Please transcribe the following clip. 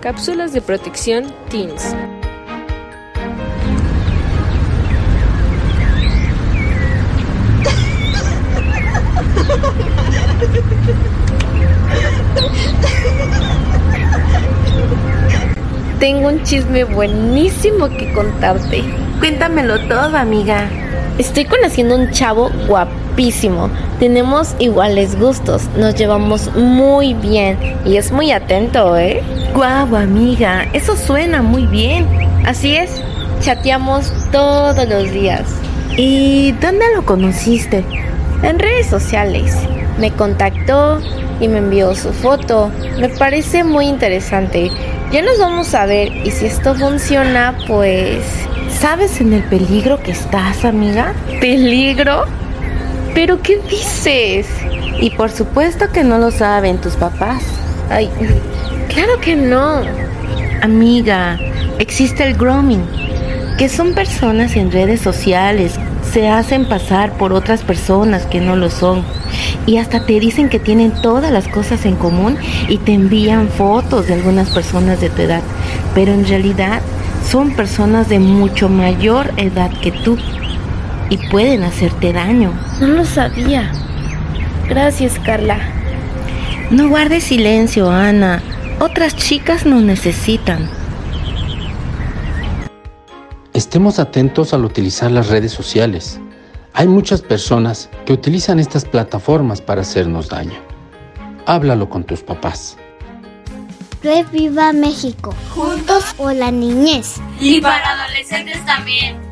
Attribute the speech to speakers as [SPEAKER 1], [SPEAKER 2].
[SPEAKER 1] Cápsulas de protección Teens.
[SPEAKER 2] Tengo un chisme buenísimo que contarte.
[SPEAKER 3] Cuéntamelo todo, amiga.
[SPEAKER 2] Estoy conociendo un chavo guapísimo. Tenemos iguales gustos, nos llevamos muy bien y es muy atento, ¿eh?
[SPEAKER 3] Guau, amiga, eso suena muy bien.
[SPEAKER 2] Así es, chateamos todos los días.
[SPEAKER 3] ¿Y dónde lo conociste?
[SPEAKER 2] En redes sociales. Me contactó y me envió su foto. Me parece muy interesante. Ya nos vamos a ver y si esto funciona, pues...
[SPEAKER 3] ¿Sabes en el peligro que estás, amiga?
[SPEAKER 2] ¿Peligro? ¿Pero qué dices?
[SPEAKER 3] Y por supuesto que no lo saben tus papás.
[SPEAKER 2] Ay, claro que no.
[SPEAKER 3] Amiga, existe el grooming, que son personas en redes sociales, se hacen pasar por otras personas que no lo son. Y hasta te dicen que tienen todas las cosas en común y te envían fotos de algunas personas de tu edad. Pero en realidad son personas de mucho mayor edad que tú y pueden hacerte daño.
[SPEAKER 2] No lo sabía. Gracias, Carla.
[SPEAKER 3] No guardes silencio, Ana. Otras chicas nos necesitan.
[SPEAKER 4] Estemos atentos al utilizar las redes sociales. Hay muchas personas que utilizan estas plataformas para hacernos daño. Háblalo con tus papás.
[SPEAKER 5] Reviva México. Juntos por la niñez.
[SPEAKER 6] Y para adolescentes también.